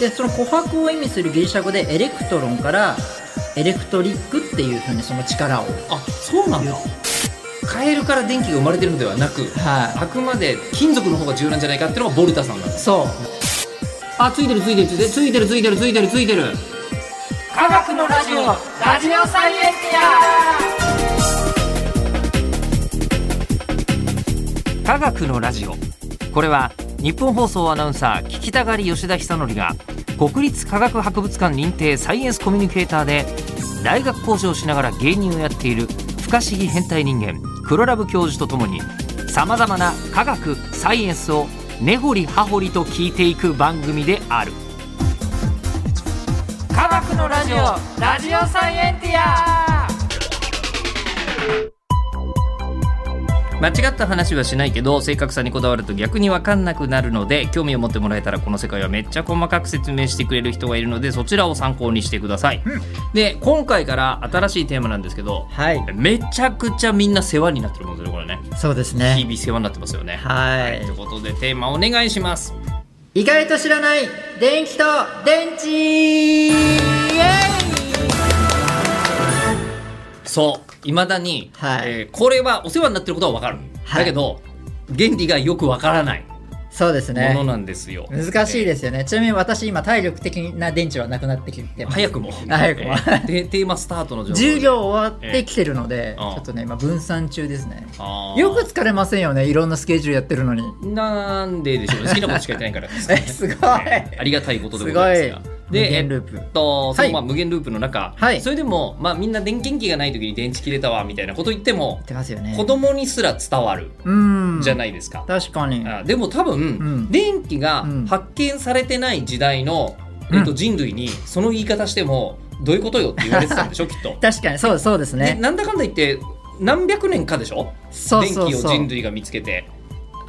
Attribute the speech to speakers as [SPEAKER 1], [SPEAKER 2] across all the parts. [SPEAKER 1] でその琥珀を意味するギリシャ語でエレクトロンからエレクトリックっていうふうにその力を
[SPEAKER 2] あそうなんだカエルから電気が生まれてるのではなく、
[SPEAKER 1] は
[SPEAKER 2] あくまで金属の方が重要なんじゃないかっていうのがボルタさんなんで
[SPEAKER 1] い
[SPEAKER 2] す
[SPEAKER 1] そう
[SPEAKER 2] あついてるついてるついてるついてるついてるついてるついてる
[SPEAKER 1] 科学のラジオラジオサイエン
[SPEAKER 2] 科学のラジオこれは日本放送アナウンサー聞きたがり吉田久典が国立科学博物館認定サイエンスコミュニケーターで大学講師をしながら芸人をやっている不可思議変態人間黒ラブ教授とともにさまざまな科学サイエンスを根掘り葉掘りと聞いていく番組である
[SPEAKER 1] ティア科学のラジオラジオサイエンティア
[SPEAKER 2] 間違った話はしないけど正確さにこだわると逆に分かんなくなるので興味を持ってもらえたらこの世界はめっちゃ細かく説明してくれる人がいるのでそちらを参考にしてください、で今回から新しいテーマなんですけど
[SPEAKER 1] はい
[SPEAKER 2] めちゃくちゃみんな世話になってるもんですよこれね
[SPEAKER 1] そうです
[SPEAKER 2] 日
[SPEAKER 1] ね
[SPEAKER 2] 々世話になってますよね
[SPEAKER 1] はい
[SPEAKER 2] ということでテーマお願いします
[SPEAKER 1] 意外と知らない電気と電池イエーイ
[SPEAKER 2] そういまだに、
[SPEAKER 1] はい
[SPEAKER 2] えーこれはお世話になってることは分かる、
[SPEAKER 1] はい
[SPEAKER 2] だけど原理がよく分からない
[SPEAKER 1] そうです
[SPEAKER 2] もの
[SPEAKER 1] ね
[SPEAKER 2] なんですよ、
[SPEAKER 1] 難しいですよねちなみに私今体力的な電池はなくなってきてます
[SPEAKER 2] 早くも
[SPEAKER 1] 早くも
[SPEAKER 2] えーでテーマスタートの情 報
[SPEAKER 1] 授業終わってきてるので、
[SPEAKER 2] ええうん
[SPEAKER 1] ちょっとね今分散中ですね
[SPEAKER 2] あー
[SPEAKER 1] よく疲れませんよねいろんなスケジュールやってるのに
[SPEAKER 2] なんででしょうね。好きなことしかやってないからで す
[SPEAKER 1] え
[SPEAKER 2] ね。
[SPEAKER 1] すごい
[SPEAKER 2] ねありがたいことでございますが
[SPEAKER 1] すご。
[SPEAKER 2] で、
[SPEAKER 1] 無限ループ
[SPEAKER 2] えっと、
[SPEAKER 1] は
[SPEAKER 2] その
[SPEAKER 1] い
[SPEAKER 2] まあ無限ループの中、
[SPEAKER 1] はい
[SPEAKER 2] それでも、まあみんな電源機がない時に電池切れたわ、みたいなこと言っても
[SPEAKER 1] 言っ、てますよね
[SPEAKER 2] 子供にすら伝わる
[SPEAKER 1] うん
[SPEAKER 2] じゃないですか。
[SPEAKER 1] 確かに
[SPEAKER 2] あでも多分、
[SPEAKER 1] ん
[SPEAKER 2] 電気が
[SPEAKER 1] うん
[SPEAKER 2] 発見されてない時代の、えっと、
[SPEAKER 1] うん
[SPEAKER 2] 人類に、その言い方しても、どういうことよって言われてたんで しょ、きっと。
[SPEAKER 1] 確かにそうそうです
[SPEAKER 2] で、
[SPEAKER 1] ね
[SPEAKER 2] なんだかんだ言って、何百年かでしょ
[SPEAKER 1] そうそう
[SPEAKER 2] 電気を
[SPEAKER 1] そう
[SPEAKER 2] 人類が見つけて。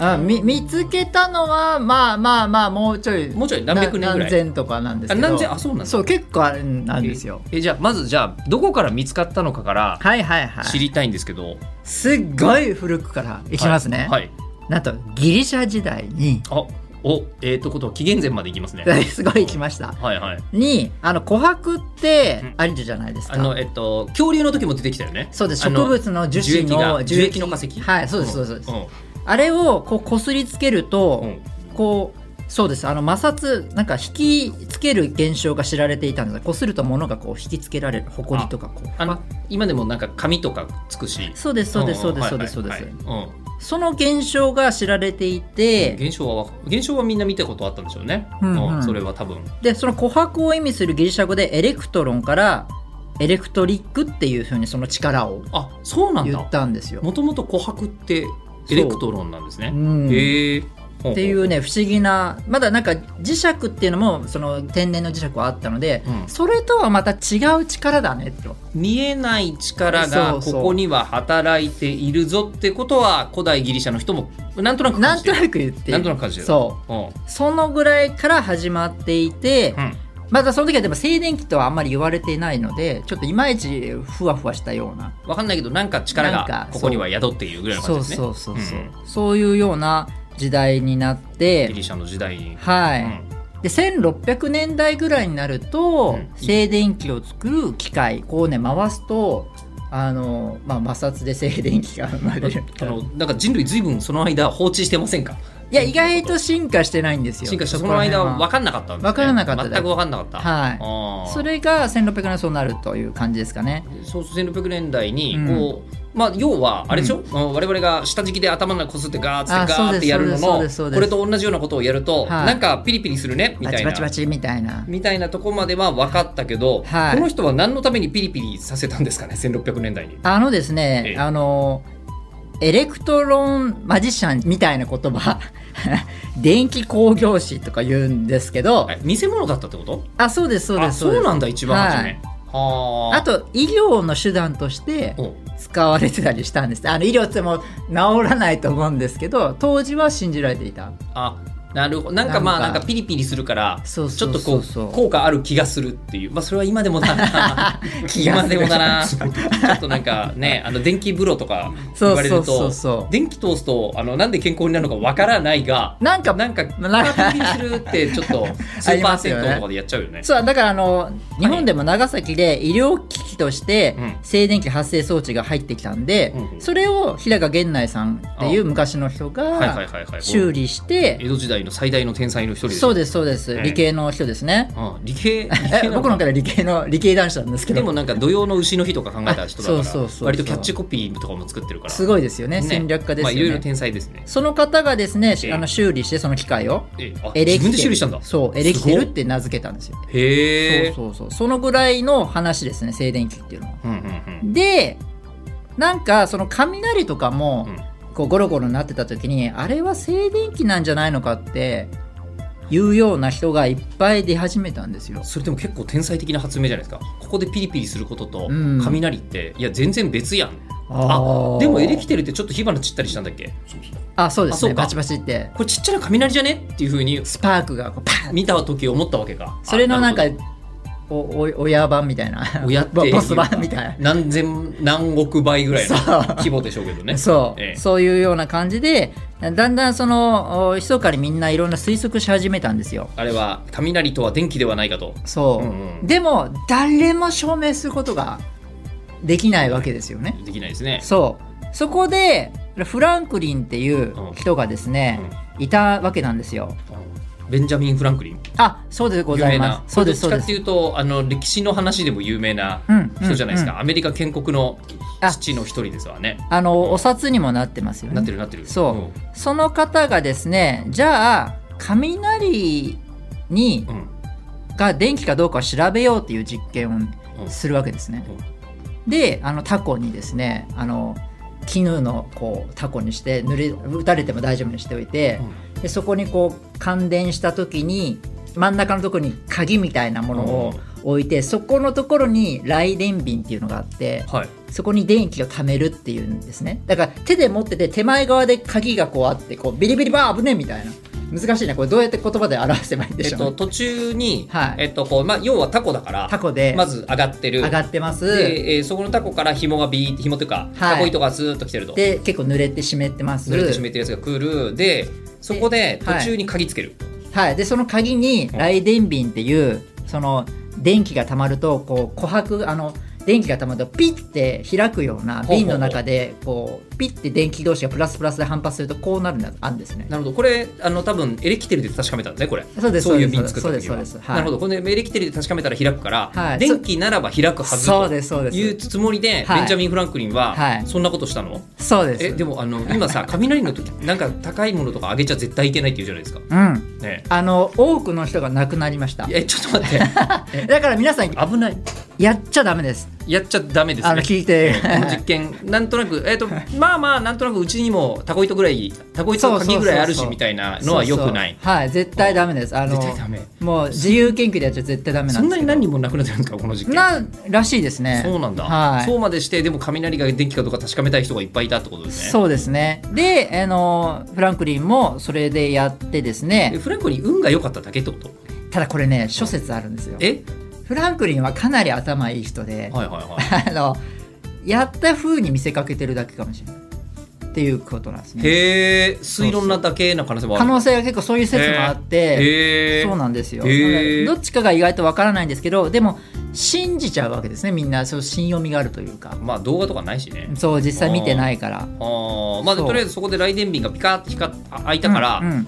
[SPEAKER 1] あみ見つけたのはまあまあまあもうちょい
[SPEAKER 2] もうちょい何百年ぐら
[SPEAKER 1] な何
[SPEAKER 2] い
[SPEAKER 1] 千とかなんですけど
[SPEAKER 2] あ何千あそうなんだ
[SPEAKER 1] そう結構あるんなんですよ
[SPEAKER 2] ええじゃあまずじゃあどこから見つかったのかから
[SPEAKER 1] はいはいは
[SPEAKER 2] 知
[SPEAKER 1] い
[SPEAKER 2] りたいんですけど、
[SPEAKER 1] すっごい古くからいきますね、
[SPEAKER 2] はい、はい
[SPEAKER 1] なんとギリシャ時代に
[SPEAKER 2] あおえー、とことは紀元前までいきますね
[SPEAKER 1] すごい来ました
[SPEAKER 2] はいはい
[SPEAKER 1] にあの琥珀って
[SPEAKER 2] うん
[SPEAKER 1] あるじゃないですか、
[SPEAKER 2] あのえっと恐竜の時も出てきたよね
[SPEAKER 1] そうです
[SPEAKER 2] あ
[SPEAKER 1] 植
[SPEAKER 2] の
[SPEAKER 1] 物の樹脂
[SPEAKER 2] 樹液が
[SPEAKER 1] の
[SPEAKER 2] 樹液の化石
[SPEAKER 1] はいそうですそうです、
[SPEAKER 2] ん
[SPEAKER 1] あれをこうこすりつけると、
[SPEAKER 2] うん
[SPEAKER 1] こうそうですあの摩擦なんか引きつける現象が知られていたのでこすると物がこう引きつけられるほこりとかこう
[SPEAKER 2] あの今でもなんか紙とかつくし
[SPEAKER 1] そうですそうですそうですそうんで
[SPEAKER 2] ん
[SPEAKER 1] すそうです、
[SPEAKER 2] はいはいはい
[SPEAKER 1] その現象が知られてい
[SPEAKER 2] うん
[SPEAKER 1] て
[SPEAKER 2] 現象はわ現象はみんな見たことあったんでしょうね、
[SPEAKER 1] うんうん
[SPEAKER 2] それは多分
[SPEAKER 1] でその琥珀を意味するギリシャ語でエレクトロンからエレクトリックっていうふうにその力を
[SPEAKER 2] あそうなん
[SPEAKER 1] 言
[SPEAKER 2] だ
[SPEAKER 1] ったんですよ。
[SPEAKER 2] もともと琥珀ってエレクトロンなんですね
[SPEAKER 1] うん
[SPEAKER 2] へえ
[SPEAKER 1] っていうね不思議なまだなんか磁石っていうのもその天然の磁石はあったので、
[SPEAKER 2] うん
[SPEAKER 1] それとはまた違う力だねと
[SPEAKER 2] 見えない力
[SPEAKER 1] そ
[SPEAKER 2] が
[SPEAKER 1] うそう
[SPEAKER 2] ここには働いているぞってことは古代ギリシャの人もなんとなく
[SPEAKER 1] なん
[SPEAKER 2] 感じて
[SPEAKER 1] と
[SPEAKER 2] る
[SPEAKER 1] なく言って
[SPEAKER 2] なんとなく感じてる
[SPEAKER 1] そう
[SPEAKER 2] うんうん
[SPEAKER 1] そのぐらいから始まっていて、まだその時はでも静電気とはあんまり言われていないのでちょっといまいちふわふわしたような
[SPEAKER 2] わかんないけどなんか力
[SPEAKER 1] なんか
[SPEAKER 2] がここには宿っているぐらいの感
[SPEAKER 1] そ
[SPEAKER 2] じ
[SPEAKER 1] う
[SPEAKER 2] です
[SPEAKER 1] そ
[SPEAKER 2] ね
[SPEAKER 1] うそうそう、
[SPEAKER 2] ん
[SPEAKER 1] そういうような時代になっ
[SPEAKER 2] ギ
[SPEAKER 1] て
[SPEAKER 2] リシャの時代に、
[SPEAKER 1] はい、
[SPEAKER 2] うん
[SPEAKER 1] で1600年代ぐらいになると、
[SPEAKER 2] うん
[SPEAKER 1] 静電気を作る機械こうね回すとあの、まあ、摩擦で静電気が生まれる
[SPEAKER 2] あのなんか人類ずいぶんその間放置してませんか
[SPEAKER 1] いや意外と進化してないんですよ
[SPEAKER 2] 進化したその間は分
[SPEAKER 1] わ
[SPEAKER 2] かんなかったんです、ね、
[SPEAKER 1] わからなかった
[SPEAKER 2] 全く分かんなかった
[SPEAKER 1] はい
[SPEAKER 2] あー
[SPEAKER 1] それが1600年そうなるという感じですかね
[SPEAKER 2] そう1600年代に
[SPEAKER 1] うん
[SPEAKER 2] こう、まあ要はあれでしょ、あの我々が下敷きで頭の中こすってガーッつ
[SPEAKER 1] あ
[SPEAKER 2] ってガー
[SPEAKER 1] そう
[SPEAKER 2] ッ
[SPEAKER 1] で
[SPEAKER 2] て
[SPEAKER 1] す
[SPEAKER 2] やるの
[SPEAKER 1] そう
[SPEAKER 2] の
[SPEAKER 1] ですそうです
[SPEAKER 2] これと同じようなことをやると、
[SPEAKER 1] はい
[SPEAKER 2] なんかピリピリするねみ
[SPEAKER 1] バ
[SPEAKER 2] たい
[SPEAKER 1] チ
[SPEAKER 2] な
[SPEAKER 1] バチバチみたいな
[SPEAKER 2] みたいなとこまでは分かったけど、
[SPEAKER 1] はい
[SPEAKER 2] この人は何のためにピリピリさせたんですかね1600年代に。
[SPEAKER 1] あのですね
[SPEAKER 2] え、え
[SPEAKER 1] あのエレクトロンマジシャンみたいな言葉 電気工業士とか言うんですけど、
[SPEAKER 2] はい見せ物だったってこと
[SPEAKER 1] あそうですそうで
[SPEAKER 2] あ
[SPEAKER 1] す
[SPEAKER 2] そう
[SPEAKER 1] です
[SPEAKER 2] なんだ一番初め。
[SPEAKER 1] はい
[SPEAKER 2] は
[SPEAKER 1] あと医療の手段として
[SPEAKER 2] お
[SPEAKER 1] 使われてたりしたんですあの医療ってもう治らないと思うんですけど当時は信じられていた
[SPEAKER 2] あなるほどなんかま
[SPEAKER 1] な
[SPEAKER 2] あなんん
[SPEAKER 1] か
[SPEAKER 2] かピリピリするからち
[SPEAKER 1] そ
[SPEAKER 2] ょ
[SPEAKER 1] う
[SPEAKER 2] っ
[SPEAKER 1] そう
[SPEAKER 2] と
[SPEAKER 1] そ
[SPEAKER 2] こ
[SPEAKER 1] うそう
[SPEAKER 2] う効果ある気がするっていうまあそれは今でも だな
[SPEAKER 1] 気が
[SPEAKER 2] 今
[SPEAKER 1] す
[SPEAKER 2] で
[SPEAKER 1] る
[SPEAKER 2] もだなちょっとなんかねあの電気風呂とか言われる
[SPEAKER 1] そうそう
[SPEAKER 2] と
[SPEAKER 1] そうそう
[SPEAKER 2] 電気通すとあのなんで健康になるのかわからないが
[SPEAKER 1] なんか
[SPEAKER 2] なんかピ
[SPEAKER 1] なんか
[SPEAKER 2] リピリするってちょ っと
[SPEAKER 1] あ
[SPEAKER 2] 数
[SPEAKER 1] り
[SPEAKER 2] パ
[SPEAKER 1] ま
[SPEAKER 2] ー
[SPEAKER 1] す
[SPEAKER 2] セ
[SPEAKER 1] よ
[SPEAKER 2] ン
[SPEAKER 1] ね
[SPEAKER 2] トとかでやっちゃうよね。
[SPEAKER 1] そうだからあの日本でも長崎で医療機器として
[SPEAKER 2] うん
[SPEAKER 1] 静電気発生装置が入ってきたんで、
[SPEAKER 2] うんうん
[SPEAKER 1] それを平賀源内さんっていう昔の人
[SPEAKER 2] はいはい
[SPEAKER 1] が
[SPEAKER 2] はいはい。
[SPEAKER 1] 修理して、
[SPEAKER 2] 江戸時代の最大の天才の一人です。
[SPEAKER 1] そうですそうです、
[SPEAKER 2] ええ
[SPEAKER 1] 理系の人ですね
[SPEAKER 2] うん理系理系な
[SPEAKER 1] え
[SPEAKER 2] の
[SPEAKER 1] 僕のから理系の理系男子なんですけ
[SPEAKER 2] で
[SPEAKER 1] ど
[SPEAKER 2] もなんか土曜の牛の日とか考えた人だか
[SPEAKER 1] あ
[SPEAKER 2] ら
[SPEAKER 1] そうそうそうそう
[SPEAKER 2] 割とキャッチコピーとかも作ってるから
[SPEAKER 1] すごいですよね
[SPEAKER 2] ね
[SPEAKER 1] 戦略家です
[SPEAKER 2] ま
[SPEAKER 1] よ
[SPEAKER 2] あ、い
[SPEAKER 1] ね、
[SPEAKER 2] ろいろ天才ですね
[SPEAKER 1] その方がですね、
[SPEAKER 2] ええ
[SPEAKER 1] あの修理してその機械を
[SPEAKER 2] えあ
[SPEAKER 1] エレ
[SPEAKER 2] 自
[SPEAKER 1] キテル
[SPEAKER 2] 分で修理したんだ
[SPEAKER 1] そうエレキテルって名付けたんですよ
[SPEAKER 2] へえ
[SPEAKER 1] そうそうそうそのぐらいの話ですね静電気っていうのは
[SPEAKER 2] うんうんうん
[SPEAKER 1] でなんかその雷とかも、
[SPEAKER 2] うん
[SPEAKER 1] こうゴロゴロなってた時にあれは静電気なんじゃないのかっていうような人がいっぱい出始めたんですよ。
[SPEAKER 2] それでも結構天才的な発明じゃないですかここでピリピリすることと
[SPEAKER 1] うん
[SPEAKER 2] 雷っていや全然別やん
[SPEAKER 1] あー
[SPEAKER 2] でもエレキテルってちょっと火花散ったりしたんだっけ
[SPEAKER 1] あそうで
[SPEAKER 2] あ
[SPEAKER 1] す
[SPEAKER 2] そ
[SPEAKER 1] ね
[SPEAKER 2] うか
[SPEAKER 1] バチバチって
[SPEAKER 2] これちっちゃな雷じゃねっていうふうに
[SPEAKER 1] スパークがこうパン
[SPEAKER 2] 見た時思ったわけか
[SPEAKER 1] それのなんか
[SPEAKER 2] あるほ
[SPEAKER 1] おお親版みたいな
[SPEAKER 2] ど親っていう
[SPEAKER 1] ボス版みたい
[SPEAKER 2] 何千何億倍ぐらいの
[SPEAKER 1] そう
[SPEAKER 2] 規模でしょうけどね
[SPEAKER 1] なそう、
[SPEAKER 2] ええ
[SPEAKER 1] そういうような感じでだんだんそのお密かにみんないろんな推測し始めたんですよ
[SPEAKER 2] あれは雷とは電気ではないかと
[SPEAKER 1] そう、
[SPEAKER 2] うんうん
[SPEAKER 1] でも誰も証明することができないわけですよね
[SPEAKER 2] できないですね。
[SPEAKER 1] そうそこでフランクリンっていう人がですね、いたわけなんですよ
[SPEAKER 2] ベンジャミン・フランクリン
[SPEAKER 1] あそうでございますそうですそ
[SPEAKER 2] ど
[SPEAKER 1] う
[SPEAKER 2] っち
[SPEAKER 1] です
[SPEAKER 2] かっていうとあの歴史の話でも有名な
[SPEAKER 1] うん
[SPEAKER 2] 人じゃないですか、
[SPEAKER 1] うん
[SPEAKER 2] アメリカ建国の父の一人ですわね。
[SPEAKER 1] あのお札にもなってますよね
[SPEAKER 2] なってるなってる。
[SPEAKER 1] そうんその方がですねじゃあ雷に
[SPEAKER 2] うん
[SPEAKER 1] が電気かどうかを調べようっていう実験
[SPEAKER 2] うん
[SPEAKER 1] をするわけですねであのタコにですねあの絹のこうタコにして濡れ打たれても大丈夫にしておいて、でそこにこう感電した時に真ん中のところに鍵みたいなものを置いて、そこのところに雷電瓶っていうのがあって
[SPEAKER 2] はい、
[SPEAKER 1] そこに電気を貯めるっていうんですねだから手で持ってて手前側で鍵がこうあってこうビリビリバー危ねえみたいな難しいなこれどうやって言葉で表せばいいんで
[SPEAKER 2] え
[SPEAKER 1] し
[SPEAKER 2] っ
[SPEAKER 1] ょうね、
[SPEAKER 2] と、途中に、
[SPEAKER 1] はい
[SPEAKER 2] えっとこうまあ、要はタコだから
[SPEAKER 1] タコで
[SPEAKER 2] まず上がってる
[SPEAKER 1] 上がってますで
[SPEAKER 2] で、えーそこのタコから紐がビーって紐というか、
[SPEAKER 1] はい
[SPEAKER 2] タコ糸がずーっと来てると
[SPEAKER 1] 結構濡れて湿ってます
[SPEAKER 2] 濡れてしめてるやつが来るでそこで
[SPEAKER 1] で
[SPEAKER 2] 途中に鍵つける、
[SPEAKER 1] はい、でその鍵に雷電瓶っていうその電気がたまるとこう琥珀あの電気がたまるとピッて開くような
[SPEAKER 2] ほうほう
[SPEAKER 1] 瓶の中でこうピッて電気同士がプラスプラスで反発するとこうなるんだあるんですね。
[SPEAKER 2] なるほどこれあの多分エレキテルで確かめたんですねこれ
[SPEAKER 1] そうです
[SPEAKER 2] いう
[SPEAKER 1] そう
[SPEAKER 2] 瓶
[SPEAKER 1] です
[SPEAKER 2] 作った時
[SPEAKER 1] そ
[SPEAKER 2] は
[SPEAKER 1] うですそうですはい
[SPEAKER 2] なるほどこれエレキテルで確かめたら開くから、
[SPEAKER 1] はい
[SPEAKER 2] 電気ならば開くはず
[SPEAKER 1] そう
[SPEAKER 2] と
[SPEAKER 1] ですそうで
[SPEAKER 2] いう
[SPEAKER 1] す
[SPEAKER 2] つもりで、
[SPEAKER 1] はい
[SPEAKER 2] ベンジャミン・フランクリンは、
[SPEAKER 1] はい
[SPEAKER 2] そんなことしたの
[SPEAKER 1] そうです
[SPEAKER 2] えでもあの 今さ雷の時なんか高いものとか上げちゃ絶対いけないって言うじゃないですか
[SPEAKER 1] うん
[SPEAKER 2] ね
[SPEAKER 1] あの多くの人が亡くなりました
[SPEAKER 2] えちょっと待って
[SPEAKER 1] だから皆さん
[SPEAKER 2] 危ない
[SPEAKER 1] やっちゃダメです
[SPEAKER 2] やっちゃダメですね
[SPEAKER 1] あの聞い て
[SPEAKER 2] この実験なんとなくえっ、とまあまあなんとなくうちにもタコ糸ぐらいタコ糸の鍵ぐらいある
[SPEAKER 1] そうそうそう
[SPEAKER 2] し
[SPEAKER 1] そう
[SPEAKER 2] みたいなのは良くない
[SPEAKER 1] そうそうはい絶対ダメですあの
[SPEAKER 2] 絶対ダメ
[SPEAKER 1] もう自由研究でやっちゃ絶対ダメな
[SPEAKER 2] そ
[SPEAKER 1] ん
[SPEAKER 2] ん
[SPEAKER 1] で
[SPEAKER 2] な
[SPEAKER 1] すけ
[SPEAKER 2] に
[SPEAKER 1] ど
[SPEAKER 2] 何人もなくなってるんですかこの実験
[SPEAKER 1] ならしいですね
[SPEAKER 2] そうなんだ、
[SPEAKER 1] はい
[SPEAKER 2] そうまでしてでも雷が電気かどうか確かめたい人がいっぱいいたってことですね
[SPEAKER 1] そうですね。で、あのフランクリンもそれでやってです
[SPEAKER 2] え
[SPEAKER 1] ね。
[SPEAKER 2] フランクに運が良かっただけってこと
[SPEAKER 1] ただこれね、諸説あるんですよ。
[SPEAKER 2] え
[SPEAKER 1] フランクリンはかなり頭いい人で、
[SPEAKER 2] はいはいは い
[SPEAKER 1] あのやった風に見せかけてるだけかもしれないっていうことなんですね。
[SPEAKER 2] へえ推論なだけな可能性もある
[SPEAKER 1] 可能性が結構そういう説もあって、
[SPEAKER 2] へえ
[SPEAKER 1] そうなんですよ。
[SPEAKER 2] へー
[SPEAKER 1] なのでどっちかが意外とわからないんですけど、でも信じちゃうわけですね。みんなそう信用みがあるというか、
[SPEAKER 2] まあ動画とかないしね
[SPEAKER 1] そう実際見てないから。
[SPEAKER 2] あーまあで
[SPEAKER 1] そう
[SPEAKER 2] とりあえずそこで雷電瓶がピカーって光っあ開いたから、
[SPEAKER 1] うんうん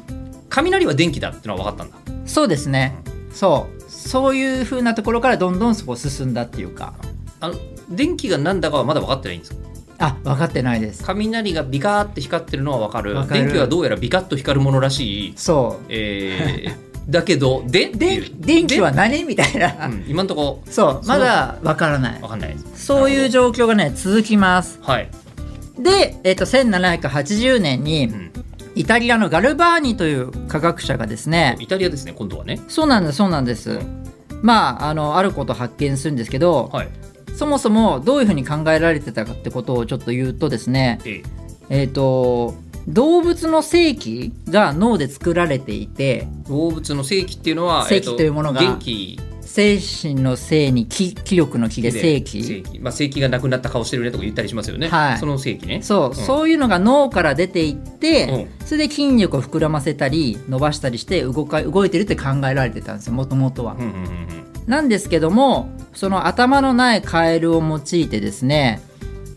[SPEAKER 2] 雷は電気だってのは分かったんだ
[SPEAKER 1] そうですね、そうそういう風なところからどんどんそこ進んだっていうか
[SPEAKER 2] あの電気がなんだかはまだ分かってないんですよ
[SPEAKER 1] あ分かってないです
[SPEAKER 2] 雷がビカーって光ってるのは分かる
[SPEAKER 1] 分かる
[SPEAKER 2] 電気はどうやらビカッと光るものらしい、
[SPEAKER 1] そ
[SPEAKER 2] えー だけどで
[SPEAKER 1] うで電気は何みたいな、
[SPEAKER 2] うん、今のとこ
[SPEAKER 1] そう
[SPEAKER 2] その
[SPEAKER 1] まだ分からない
[SPEAKER 2] 分かんないです
[SPEAKER 1] そういう状況がね続きます
[SPEAKER 2] はい、
[SPEAKER 1] で、えっと1780年に
[SPEAKER 2] うん、
[SPEAKER 1] イタリアのガルバーニという科学者がですね
[SPEAKER 2] イタリアですね今度はね
[SPEAKER 1] そうなんですそうなんです、
[SPEAKER 2] うん
[SPEAKER 1] まああのあることを発見するんですけど、
[SPEAKER 2] はい
[SPEAKER 1] そもそもどういうふうに考えられてたかってことをちょっと言うとですね
[SPEAKER 2] え
[SPEAKER 1] えっ、と動物の精気が脳で作られていて
[SPEAKER 2] 動物の性器っていうのは
[SPEAKER 1] 精気というものが
[SPEAKER 2] えっと元気
[SPEAKER 1] 精神の性に気気力の気で精
[SPEAKER 2] 正
[SPEAKER 1] 気
[SPEAKER 2] 規まあ正規がなくなった顔してるねとか言ったりしますよね。
[SPEAKER 1] はい
[SPEAKER 2] その正規ね。
[SPEAKER 1] そう、
[SPEAKER 2] ん
[SPEAKER 1] そういうのが脳から出ていって、
[SPEAKER 2] う
[SPEAKER 1] それで筋力を膨らませたり伸ばしたりして動か動いてるって考えられてたんですよもともとは
[SPEAKER 2] う。んうんうんうん。
[SPEAKER 1] なんですけどもその頭のないカエルを用いてですね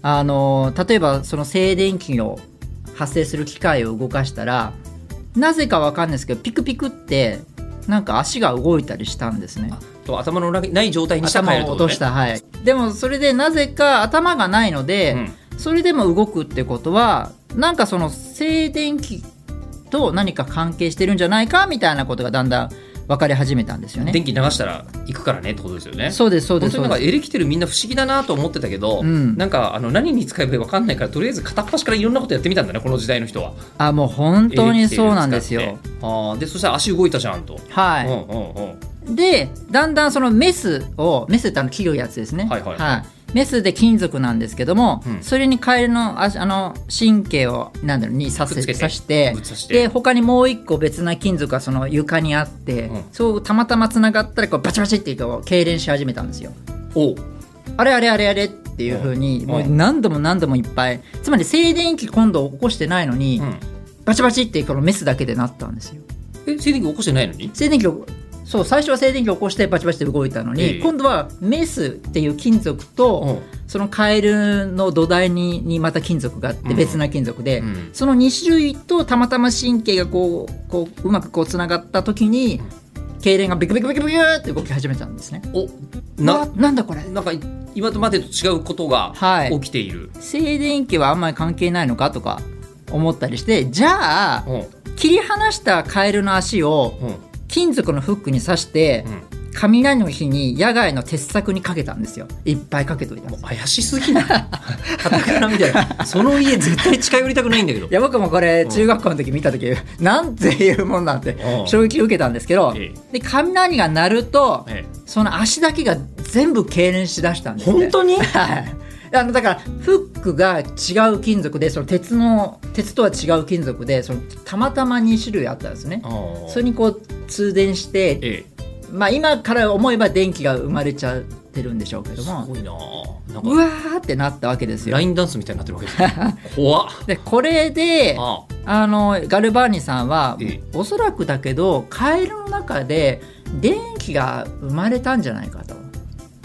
[SPEAKER 1] あの例えばその静電気を発生する機械を動かしたらなぜかわかんないですけどピクピクってなんか足が動いたりしたんですね
[SPEAKER 2] と頭のない状態にしたカエ
[SPEAKER 1] 頭
[SPEAKER 2] ルって
[SPEAKER 1] を落
[SPEAKER 2] こと
[SPEAKER 1] と
[SPEAKER 2] ね
[SPEAKER 1] した、はいでもそれでなぜか頭がないので、それでも動くってことはなんかその静電気と何か関係してるんじゃないかみたいなことがだんだん分かり始めたんですよ
[SPEAKER 2] うん。
[SPEAKER 1] ね
[SPEAKER 2] 電気流したら行くからねってことですよね。
[SPEAKER 1] そうですそうで
[SPEAKER 2] 本
[SPEAKER 1] すそ
[SPEAKER 2] 当
[SPEAKER 1] う
[SPEAKER 2] になん
[SPEAKER 1] です
[SPEAKER 2] かエレキテルみんな不思議だなと思ってたけど、
[SPEAKER 1] うん
[SPEAKER 2] なんかあの何に使えばいいか分かんないからとりあえず片っ端からいろんなことやってみたんだねこの時代の人は
[SPEAKER 1] あもう本当にそうなんです
[SPEAKER 2] エレキ
[SPEAKER 1] よ
[SPEAKER 2] テル使ってあーでそしたら足動いたじゃんと、
[SPEAKER 1] はい、
[SPEAKER 2] うんうんうん
[SPEAKER 1] でだんだんそのメスをメスってあの切るやつですね
[SPEAKER 2] はいはい
[SPEAKER 1] メスで金属なんですけども、
[SPEAKER 2] うん
[SPEAKER 1] それにカエルのああの神経をなんだろうに刺
[SPEAKER 2] くっつ
[SPEAKER 1] せ
[SPEAKER 2] けて
[SPEAKER 1] 刺して
[SPEAKER 2] ぶっ刺して
[SPEAKER 1] で他にもう一個別な金属がその床にあって、
[SPEAKER 2] うん
[SPEAKER 1] そうたまたまつながったらこうバチバチっていうか痙攣し始めたんですよ。
[SPEAKER 2] おう
[SPEAKER 1] あれあれあれあれっていうふうに、
[SPEAKER 2] うん
[SPEAKER 1] もう何度も何度もいっぱいつまり静電気今度起こしてないのに、
[SPEAKER 2] うん
[SPEAKER 1] バチバチってこのメスだけでなったんですよ。
[SPEAKER 2] え静電気起こしてないのに
[SPEAKER 1] 静電気をそう最初は静電気を起こしてバチバチって動いたのに、
[SPEAKER 2] ええ
[SPEAKER 1] 今度はメスっていう金属と、そのカエルの土台ににまた金属があって、
[SPEAKER 2] うん
[SPEAKER 1] 別な金属で、
[SPEAKER 2] うん
[SPEAKER 1] その2種類とたまたま神経がこうこううまくこうつながった時に、痙攣がビクビクビクビクって動き始めたんですね。
[SPEAKER 2] お
[SPEAKER 1] うわ
[SPEAKER 2] な
[SPEAKER 1] なんだこれ
[SPEAKER 2] なんか今までと違うことが
[SPEAKER 1] はい
[SPEAKER 2] 起きている、
[SPEAKER 1] 静電気はあんまり関係ないのかとか思ったりしてじゃあ切り離したカエルの足を
[SPEAKER 2] うんうん
[SPEAKER 1] 金属のフックに刺して、
[SPEAKER 2] うん
[SPEAKER 1] 雷の日に野外の鉄柵にかけたんですよいっぱいかけといたんで
[SPEAKER 2] もう
[SPEAKER 1] す
[SPEAKER 2] 怪しすぎないカタカナみたいなその家絶対近寄りたくないんだけど
[SPEAKER 1] いや僕もこれ中学校の時見た時、 なんていうもんなんて
[SPEAKER 2] うん
[SPEAKER 1] 衝撃を受けたんですけど、
[SPEAKER 2] え
[SPEAKER 1] で雷が鳴ると、
[SPEAKER 2] え
[SPEAKER 1] その足だけが全部痙攣しだしたんですね
[SPEAKER 2] 本当 に
[SPEAKER 1] はいあのだからフックが違う金属でその鉄の鉄とは違う金属でそのたまたま2種類あったんですね
[SPEAKER 2] あー
[SPEAKER 1] それにこう通電して
[SPEAKER 2] ええ
[SPEAKER 1] まあ、今から思えば電気が生まれちゃってるんでしょうけど
[SPEAKER 2] す
[SPEAKER 1] も
[SPEAKER 2] ごいなあなん
[SPEAKER 1] う
[SPEAKER 2] か
[SPEAKER 1] わーってなったわけですよ
[SPEAKER 2] ラ。インダンスみたいになってるわけ ですね怖っ
[SPEAKER 1] でこれであ
[SPEAKER 2] あ
[SPEAKER 1] のガルバーニさんは
[SPEAKER 2] ええ
[SPEAKER 1] おそらくだけどカエルの中で電気が生まれたんじゃないかと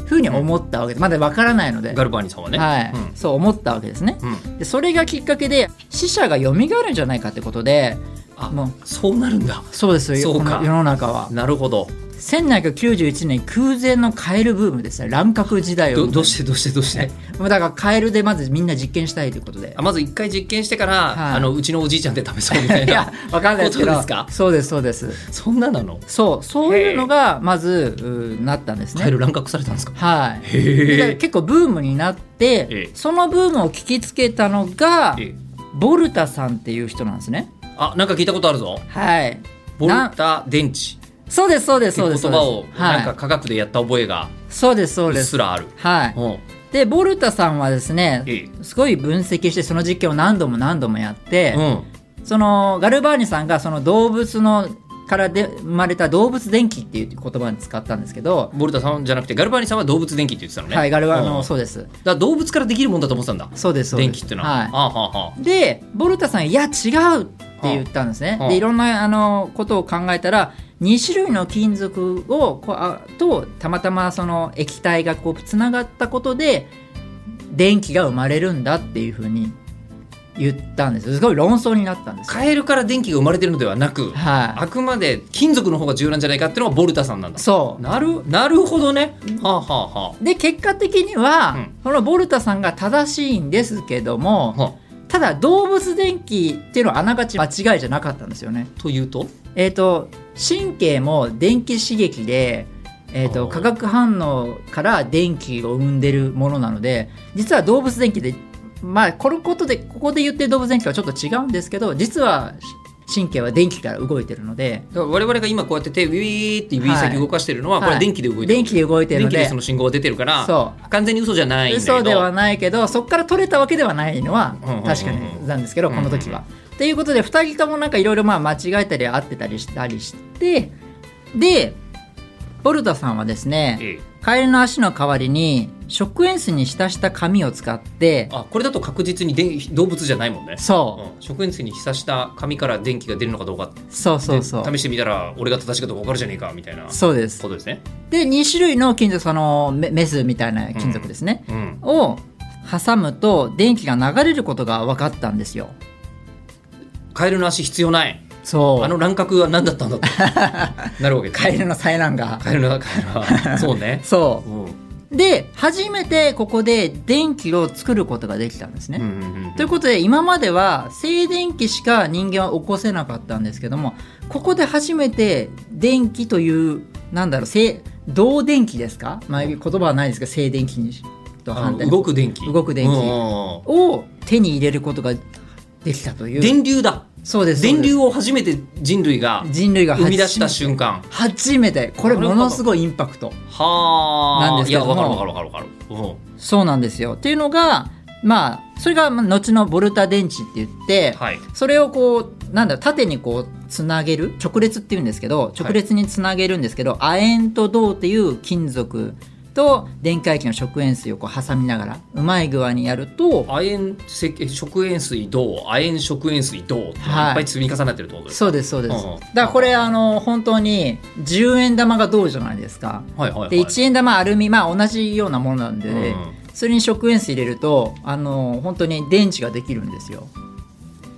[SPEAKER 1] ふうに思ったわけですまだわからないので、
[SPEAKER 2] ガルバーニさんはね
[SPEAKER 1] はい
[SPEAKER 2] うん
[SPEAKER 1] そう思ったわけですね。
[SPEAKER 2] うん
[SPEAKER 1] でそれがきっかけで死者が蘇るんじゃないかってことで
[SPEAKER 2] あ
[SPEAKER 1] もう
[SPEAKER 2] そうなるんだ
[SPEAKER 1] そうですよ
[SPEAKER 2] そう
[SPEAKER 1] こ
[SPEAKER 2] か
[SPEAKER 1] の世の中は
[SPEAKER 2] なるほど
[SPEAKER 1] 1791年空前のカエルブームですね乱獲時代を
[SPEAKER 2] どどうしてどうしてどうして
[SPEAKER 1] もうだからカエルでまずみんな実験したいということで
[SPEAKER 2] あ。まず一回実験してから、
[SPEAKER 1] はい
[SPEAKER 2] あのうちのおじいちゃんで食べそうみたい
[SPEAKER 1] いや
[SPEAKER 2] な、
[SPEAKER 1] わかんないですけど。
[SPEAKER 2] ことですか
[SPEAKER 1] そうです、そうです。
[SPEAKER 2] そんななの
[SPEAKER 1] そう、そういうのがまずうーなったんです
[SPEAKER 2] カエ
[SPEAKER 1] ね。
[SPEAKER 2] ル乱獲されたんですか
[SPEAKER 1] はい。で
[SPEAKER 2] へ
[SPEAKER 1] 結構ブームになって、
[SPEAKER 2] ええ
[SPEAKER 1] そのブームを聞きつけたのが、
[SPEAKER 2] え
[SPEAKER 1] ボルタさんっていう人なんですね。
[SPEAKER 2] あなんか聞いたことあるぞ
[SPEAKER 1] はい。
[SPEAKER 2] ボル
[SPEAKER 1] な
[SPEAKER 2] タ電池
[SPEAKER 1] そうです、そうです、
[SPEAKER 2] って
[SPEAKER 1] そうです。
[SPEAKER 2] 言葉をなんか
[SPEAKER 1] はい。
[SPEAKER 2] 科学でやった覚えが
[SPEAKER 1] そうです、そう
[SPEAKER 2] うっ
[SPEAKER 1] です
[SPEAKER 2] す。らある、
[SPEAKER 1] はい。
[SPEAKER 2] うん
[SPEAKER 1] で、ボルタさんはですね、
[SPEAKER 2] え
[SPEAKER 1] すごい分析して、その実験を何度も何度もやって、
[SPEAKER 2] えうん
[SPEAKER 1] そのガルバーニさんがその動物のからで生まれた動物電気っていう言葉に使ったんですけど、
[SPEAKER 2] ボルタさんじゃなくてガルバーニさんは動物電気って言ってたのね
[SPEAKER 1] はいガルバーニ
[SPEAKER 2] う
[SPEAKER 1] の
[SPEAKER 2] んだか
[SPEAKER 1] そうです
[SPEAKER 2] ら動物からできるもんだと思ってたんだ
[SPEAKER 1] そうですそうです
[SPEAKER 2] 電気ってのは、
[SPEAKER 1] はい
[SPEAKER 2] ああはあはあ
[SPEAKER 1] でボルタさんいや違うって言ったんですね
[SPEAKER 2] はあ
[SPEAKER 1] でいろんなあのことを考えたら2種類の金属をこうあとたまたまその液体がこうつながったことで電気が生まれるんだっていうふうに言ったんですよすごい論争になったんですよ
[SPEAKER 2] カエルから電気が生まれてるのではなく、
[SPEAKER 1] は
[SPEAKER 2] あくまで金属の方が重要なんじゃないかっていうのがボルタさんなんだ
[SPEAKER 1] いそう
[SPEAKER 2] なるなるほどねはあはあは
[SPEAKER 1] で結果的には、
[SPEAKER 2] うん
[SPEAKER 1] このボルタさんが正しいんですけど
[SPEAKER 2] あ
[SPEAKER 1] も
[SPEAKER 2] は
[SPEAKER 1] ただ動物電気っていうのはあながち間違いじゃなかったんですよね。
[SPEAKER 2] あというと
[SPEAKER 1] えー、と神経も電気刺激で、えー、
[SPEAKER 2] あ
[SPEAKER 1] と
[SPEAKER 2] ー
[SPEAKER 1] 化学反応から電気を生んでるものなので実は動物電気でまあこのことでここで言ってる動物電気とはちょっと違うんですけど実は神経は電気から動いてるので
[SPEAKER 2] だから我々が今こうやって手ウィーって指先動かしてるの
[SPEAKER 1] はい
[SPEAKER 2] は、これは電気で動いてる、
[SPEAKER 1] 電気で動いてる
[SPEAKER 2] 電
[SPEAKER 1] の
[SPEAKER 2] 気で
[SPEAKER 1] で
[SPEAKER 2] その信号が出てるから
[SPEAKER 1] そう
[SPEAKER 2] 完全に嘘じゃないんだけど
[SPEAKER 1] 嘘ではないけどそこから取れたわけではないのは
[SPEAKER 2] うんうんうんうん
[SPEAKER 1] 確かになんですけど、この時は。ということで2人ともなんかいろいろまあ間違えたり合ってたりしたりしてでボルタさんはですね
[SPEAKER 2] ええ
[SPEAKER 1] カエルの足の代わりに食塩水に浸した紙を使って
[SPEAKER 2] あこれだと確実にで動物じゃないもんね
[SPEAKER 1] そう
[SPEAKER 2] うん、食塩水に浸した紙から電気が出るのかどうかって
[SPEAKER 1] そうそうそう
[SPEAKER 2] 試してみたら俺が正しいかどうか分かるじゃねえかみたいなこ
[SPEAKER 1] そうです
[SPEAKER 2] とですね、
[SPEAKER 1] で2種類の金属そのメメスみたいな金属ですね、
[SPEAKER 2] うん、
[SPEAKER 1] を挟むと電気が流れることが分かったんですよ
[SPEAKER 2] カエルの足必要ない
[SPEAKER 1] そう
[SPEAKER 2] あの乱獲は何だったんだと なるわけです
[SPEAKER 1] カエル
[SPEAKER 2] の
[SPEAKER 1] の災難が
[SPEAKER 2] カエルのカエルはそうね
[SPEAKER 1] そう
[SPEAKER 2] うん
[SPEAKER 1] うで初めてここで電気を作ることができたんですね、
[SPEAKER 2] うんうんうん
[SPEAKER 1] ということで今までは静電気しか人間は起こせなかったんですけどもここで初めて電気というなんだろう静動電気ですか、まあ、言葉はないですけど静電気にしと
[SPEAKER 2] あ
[SPEAKER 1] 反対
[SPEAKER 2] の動く電気
[SPEAKER 1] 動く電気
[SPEAKER 2] うんうんうん
[SPEAKER 1] を手に入れることができたという
[SPEAKER 2] 電流だ
[SPEAKER 1] そうですそう
[SPEAKER 2] 電
[SPEAKER 1] です
[SPEAKER 2] 流を初めて人類が
[SPEAKER 1] 人類が初
[SPEAKER 2] 生
[SPEAKER 1] め
[SPEAKER 2] み出した瞬間
[SPEAKER 1] 初めてこれものすごいインパクト
[SPEAKER 2] はあ
[SPEAKER 1] なんですけども
[SPEAKER 2] いや分かる分かる分かる分かる、
[SPEAKER 1] そうなんですよっていうのがまあそれがまあ後のボルタ電池って言って、
[SPEAKER 2] うん、はい
[SPEAKER 1] それをこうなんだろう縦にこうつなげる直列っていうんですけど直列につなげるんですけど、亜鉛と銅っていう金属と電解液の食塩水をこう挟みながらうまい具合にやると
[SPEAKER 2] 亜鉛石食塩水銅亜鉛食塩水銅っていっ
[SPEAKER 1] はい
[SPEAKER 2] ぱい積み重なってるってことです
[SPEAKER 1] そうですそうです、
[SPEAKER 2] うんう
[SPEAKER 1] だ
[SPEAKER 2] ん
[SPEAKER 1] からこれあの本当に10円玉が銅じゃないですか
[SPEAKER 2] はいはいはい
[SPEAKER 1] で1円玉アルミまあ同じようなものなんで、
[SPEAKER 2] うん
[SPEAKER 1] それに食塩水入れるとあの本当に電池ができるんですよ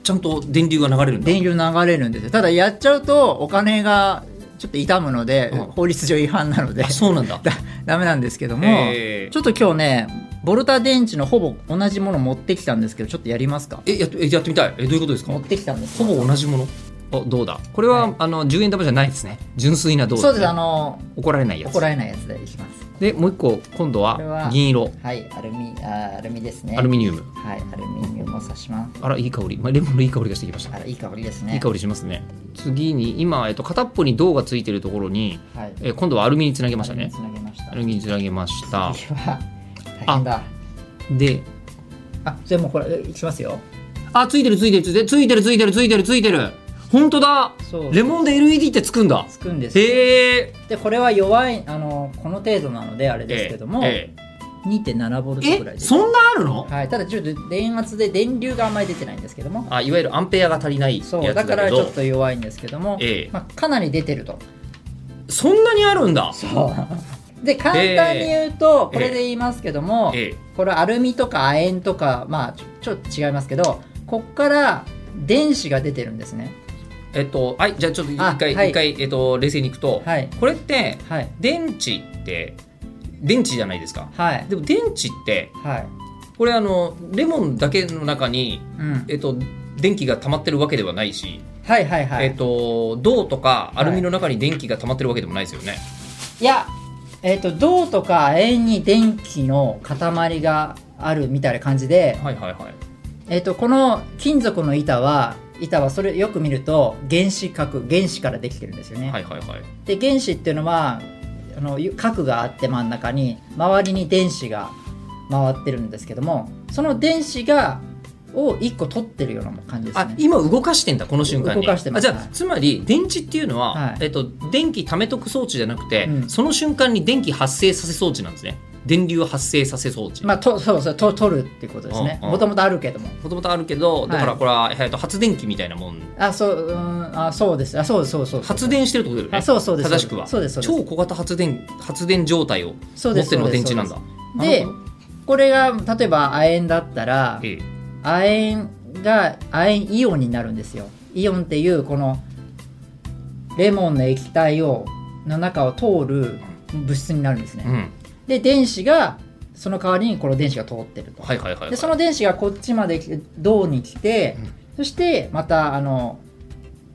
[SPEAKER 2] ちゃんと電流が流れるんだ
[SPEAKER 1] 電流流れるんですよただやっちゃうとお金がちょっと痛むので、
[SPEAKER 2] うん
[SPEAKER 1] 法律上違反なので
[SPEAKER 2] あそうなんだ
[SPEAKER 1] だダメなんですけども、
[SPEAKER 2] へー
[SPEAKER 1] ちょっと今日ねボルタ電池のほぼ同じもの持ってきたんですけどちょっとやりますか
[SPEAKER 2] えやっえやってみたいえどういうことですか
[SPEAKER 1] 持ってきたんです
[SPEAKER 2] ほぼ同じものおどうだこれは、
[SPEAKER 1] はい
[SPEAKER 2] あの10円玉じゃないですね純粋な銅
[SPEAKER 1] そうですあ
[SPEAKER 2] ね
[SPEAKER 1] の
[SPEAKER 2] 怒られないやつ
[SPEAKER 1] 怒られないやつでいきます
[SPEAKER 2] でもう一個今度
[SPEAKER 1] これは
[SPEAKER 2] は銀色
[SPEAKER 1] はいアルミあーアルミですね
[SPEAKER 2] アルミニウム
[SPEAKER 1] はいアルミニウムを刺します
[SPEAKER 2] あらいい香り、まあ、レモンのいい香りがしてきました
[SPEAKER 1] あらいい香りですね
[SPEAKER 2] いい香りしますね次に今、えっと、片っぽに銅がついてるところに、
[SPEAKER 1] はい
[SPEAKER 2] え今度はアルミにつなげました
[SPEAKER 1] アルミに
[SPEAKER 2] ね
[SPEAKER 1] つなげました
[SPEAKER 2] アルミにつなげました
[SPEAKER 1] 次は大変だ
[SPEAKER 2] で
[SPEAKER 1] あじゃあもうこれいきますよ
[SPEAKER 2] あついてるついてるついてるついてるついてるついてるついてる本当だ
[SPEAKER 1] そう
[SPEAKER 2] レモンで LED ってつくんだ
[SPEAKER 1] つくんですよ
[SPEAKER 2] へえ
[SPEAKER 1] でこれは弱いあのこの程度なのであれですけども、
[SPEAKER 2] え
[SPEAKER 1] 2.7ボル
[SPEAKER 2] え
[SPEAKER 1] トぐらい
[SPEAKER 2] え
[SPEAKER 1] です、
[SPEAKER 2] そんなあるの
[SPEAKER 1] はい、ただちょっと電圧で電流があんまり出てないんですけども
[SPEAKER 2] あいわゆるアンペアが足りないやつだ
[SPEAKER 1] そ
[SPEAKER 2] け
[SPEAKER 1] う
[SPEAKER 2] ど
[SPEAKER 1] だからちょっと弱いんですけども、
[SPEAKER 2] ええ
[SPEAKER 1] まあ、かなり出てると
[SPEAKER 2] そんなにあるんだ
[SPEAKER 1] そうで簡単に言うと、これで言いますけども、
[SPEAKER 2] ええ
[SPEAKER 1] これアルミとか亜鉛とかまあちょちょっと違いますけどこっから電子が出てるんですね
[SPEAKER 2] えっとはいじゃあちょっと一
[SPEAKER 1] あ
[SPEAKER 2] 回、
[SPEAKER 1] はい
[SPEAKER 2] 一回、えっと、冷静にいくと、
[SPEAKER 1] はい
[SPEAKER 2] これって
[SPEAKER 1] はい
[SPEAKER 2] 電池って電池じゃないですか
[SPEAKER 1] はい
[SPEAKER 2] でも電池って
[SPEAKER 1] はい
[SPEAKER 2] これあのレモンだけの中に、
[SPEAKER 1] うん
[SPEAKER 2] えっと、電気が溜まってるわけではないし、
[SPEAKER 1] はいはいはい、
[SPEAKER 2] えっと、銅とかアルミの中に電気が溜まってるわけでもないですよね、
[SPEAKER 1] いや、えっと銅とか亜鉛に電気の塊があるみたいな感じで、
[SPEAKER 2] はい、はいはい
[SPEAKER 1] えっとこの金属の板は板はそれよく見ると原子核原子からできてるんですよね。
[SPEAKER 2] はいはいはい
[SPEAKER 1] で原子っていうのはあのゆ核があって真ん中に周りに電子が回ってるんですけどもその電子がを1個取ってるような感じです
[SPEAKER 2] あ
[SPEAKER 1] ね。
[SPEAKER 2] 今動かしてんだこの瞬間に
[SPEAKER 1] 動かしてます
[SPEAKER 2] あじゃあつまり電池っていうのは、
[SPEAKER 1] はい
[SPEAKER 2] えっと、電気貯めとく装置じゃなくて、
[SPEAKER 1] うん
[SPEAKER 2] その瞬間に電気発生させ装置なんですね電流を発生させ装置
[SPEAKER 1] まあ、とそうそうと取るっていうことですね
[SPEAKER 2] うんうん
[SPEAKER 1] もともとあるけども
[SPEAKER 2] もともとあるけど
[SPEAKER 1] い
[SPEAKER 2] だからこれは、えっと、発電機みたいなもん
[SPEAKER 1] あそううんあそうですあそうそうそうそう
[SPEAKER 2] 発電してるってことだよね
[SPEAKER 1] あそうそうです
[SPEAKER 2] 正しくは
[SPEAKER 1] そうですそうです
[SPEAKER 2] 超小型発電発電状態を
[SPEAKER 1] そう
[SPEAKER 2] 持
[SPEAKER 1] で
[SPEAKER 2] っ
[SPEAKER 1] す
[SPEAKER 2] てるのが電池なんだ
[SPEAKER 1] そうです
[SPEAKER 2] なるほ
[SPEAKER 1] これが例えば亜鉛だったら
[SPEAKER 2] どええ
[SPEAKER 1] 亜鉛が亜鉛イオンになるんですよイオンっていうこのレモンの液体をの中を通る物質になるんですね、
[SPEAKER 2] うん
[SPEAKER 1] で電子がその代わりにこの電子が通ってると、
[SPEAKER 2] はいはいはい、はい、
[SPEAKER 1] でその電子がこっちまで来て銅に来て、
[SPEAKER 2] うん
[SPEAKER 1] そしてまたあの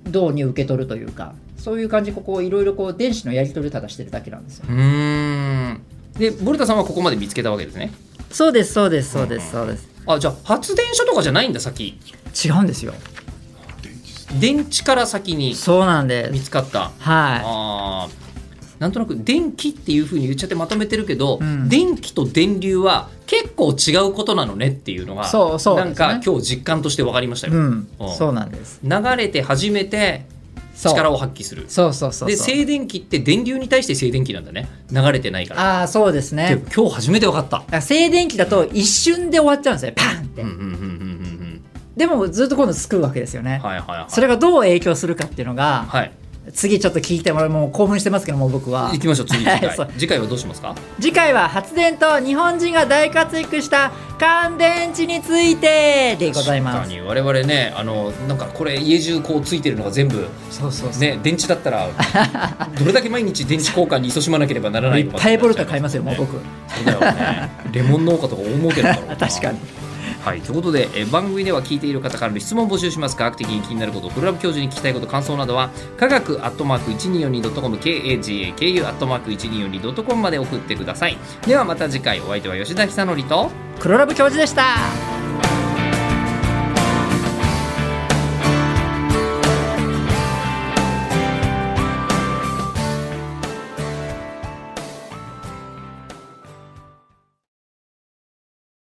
[SPEAKER 1] 銅に受け取るというかそういう感じここいろいろこう電子のやり取りをただしてるだけなんですよ
[SPEAKER 2] うーんでボルタさんはここまで見つけたわけですね
[SPEAKER 1] そうですそうです
[SPEAKER 2] そうです
[SPEAKER 1] そうです
[SPEAKER 2] あじゃあ発電所とかじゃないんだ先
[SPEAKER 1] 違うんですよ
[SPEAKER 2] 電池から先に
[SPEAKER 1] そうなんで
[SPEAKER 2] 見
[SPEAKER 1] す
[SPEAKER 2] つかった
[SPEAKER 1] は
[SPEAKER 2] あなんとなく電気っていうふうに言っちゃってまとめてるけど、
[SPEAKER 1] うん
[SPEAKER 2] 電気と電流は結構違うことなのねっていうのが
[SPEAKER 1] そうそう
[SPEAKER 2] なんか
[SPEAKER 1] です
[SPEAKER 2] 今日実感として分かりましたよ。
[SPEAKER 1] うん
[SPEAKER 2] うん
[SPEAKER 1] そうなんです
[SPEAKER 2] 流れて初めて
[SPEAKER 1] そう
[SPEAKER 2] 力を発揮する
[SPEAKER 1] そうそうそう
[SPEAKER 2] で
[SPEAKER 1] そう
[SPEAKER 2] 静電気って電流に対して静電気なんだね流れてないから
[SPEAKER 1] ああそうですね
[SPEAKER 2] で今日初めて分かった
[SPEAKER 1] だから静電気だと一瞬で終わっちゃうんですよねパンって、
[SPEAKER 2] うんうんうんうん
[SPEAKER 1] でもずっと今度すくうわけですよ
[SPEAKER 2] う
[SPEAKER 1] ね、
[SPEAKER 2] んはいはいはい
[SPEAKER 1] それがどう影響するかっていうのが、
[SPEAKER 2] はい
[SPEAKER 1] 次ちょっと聞いてもらうもう興奮してますけどもう僕は
[SPEAKER 2] 行きましょう次次 回
[SPEAKER 1] そう
[SPEAKER 2] 次回はどうしますか
[SPEAKER 1] 次回は発電と日本人が大活躍した乾電池についてでございま
[SPEAKER 2] 確
[SPEAKER 1] す
[SPEAKER 2] かに我々ねあのなんかこれ家中こうついてるのが全部
[SPEAKER 1] そうそうそう、
[SPEAKER 2] ね電池だっ たらどれだけ毎日電池交換に勤しまなければならない
[SPEAKER 1] いっ
[SPEAKER 2] のか
[SPEAKER 1] ぱいボルト買いますよもう
[SPEAKER 2] ね
[SPEAKER 1] 僕
[SPEAKER 2] そうだよねレモン農家とか大儲けだろうな
[SPEAKER 1] 確かに
[SPEAKER 2] はい、ということで、えー番組では聞いている方からの質問を募集します科学的に気になること黒ラブ教授に聞きたいこと感想などは科学アットマーク 1242.com kagaku アットマーク 1242.com まで送ってくださいではまた次回お相手は吉田久典と
[SPEAKER 1] 黒ラブ教授でした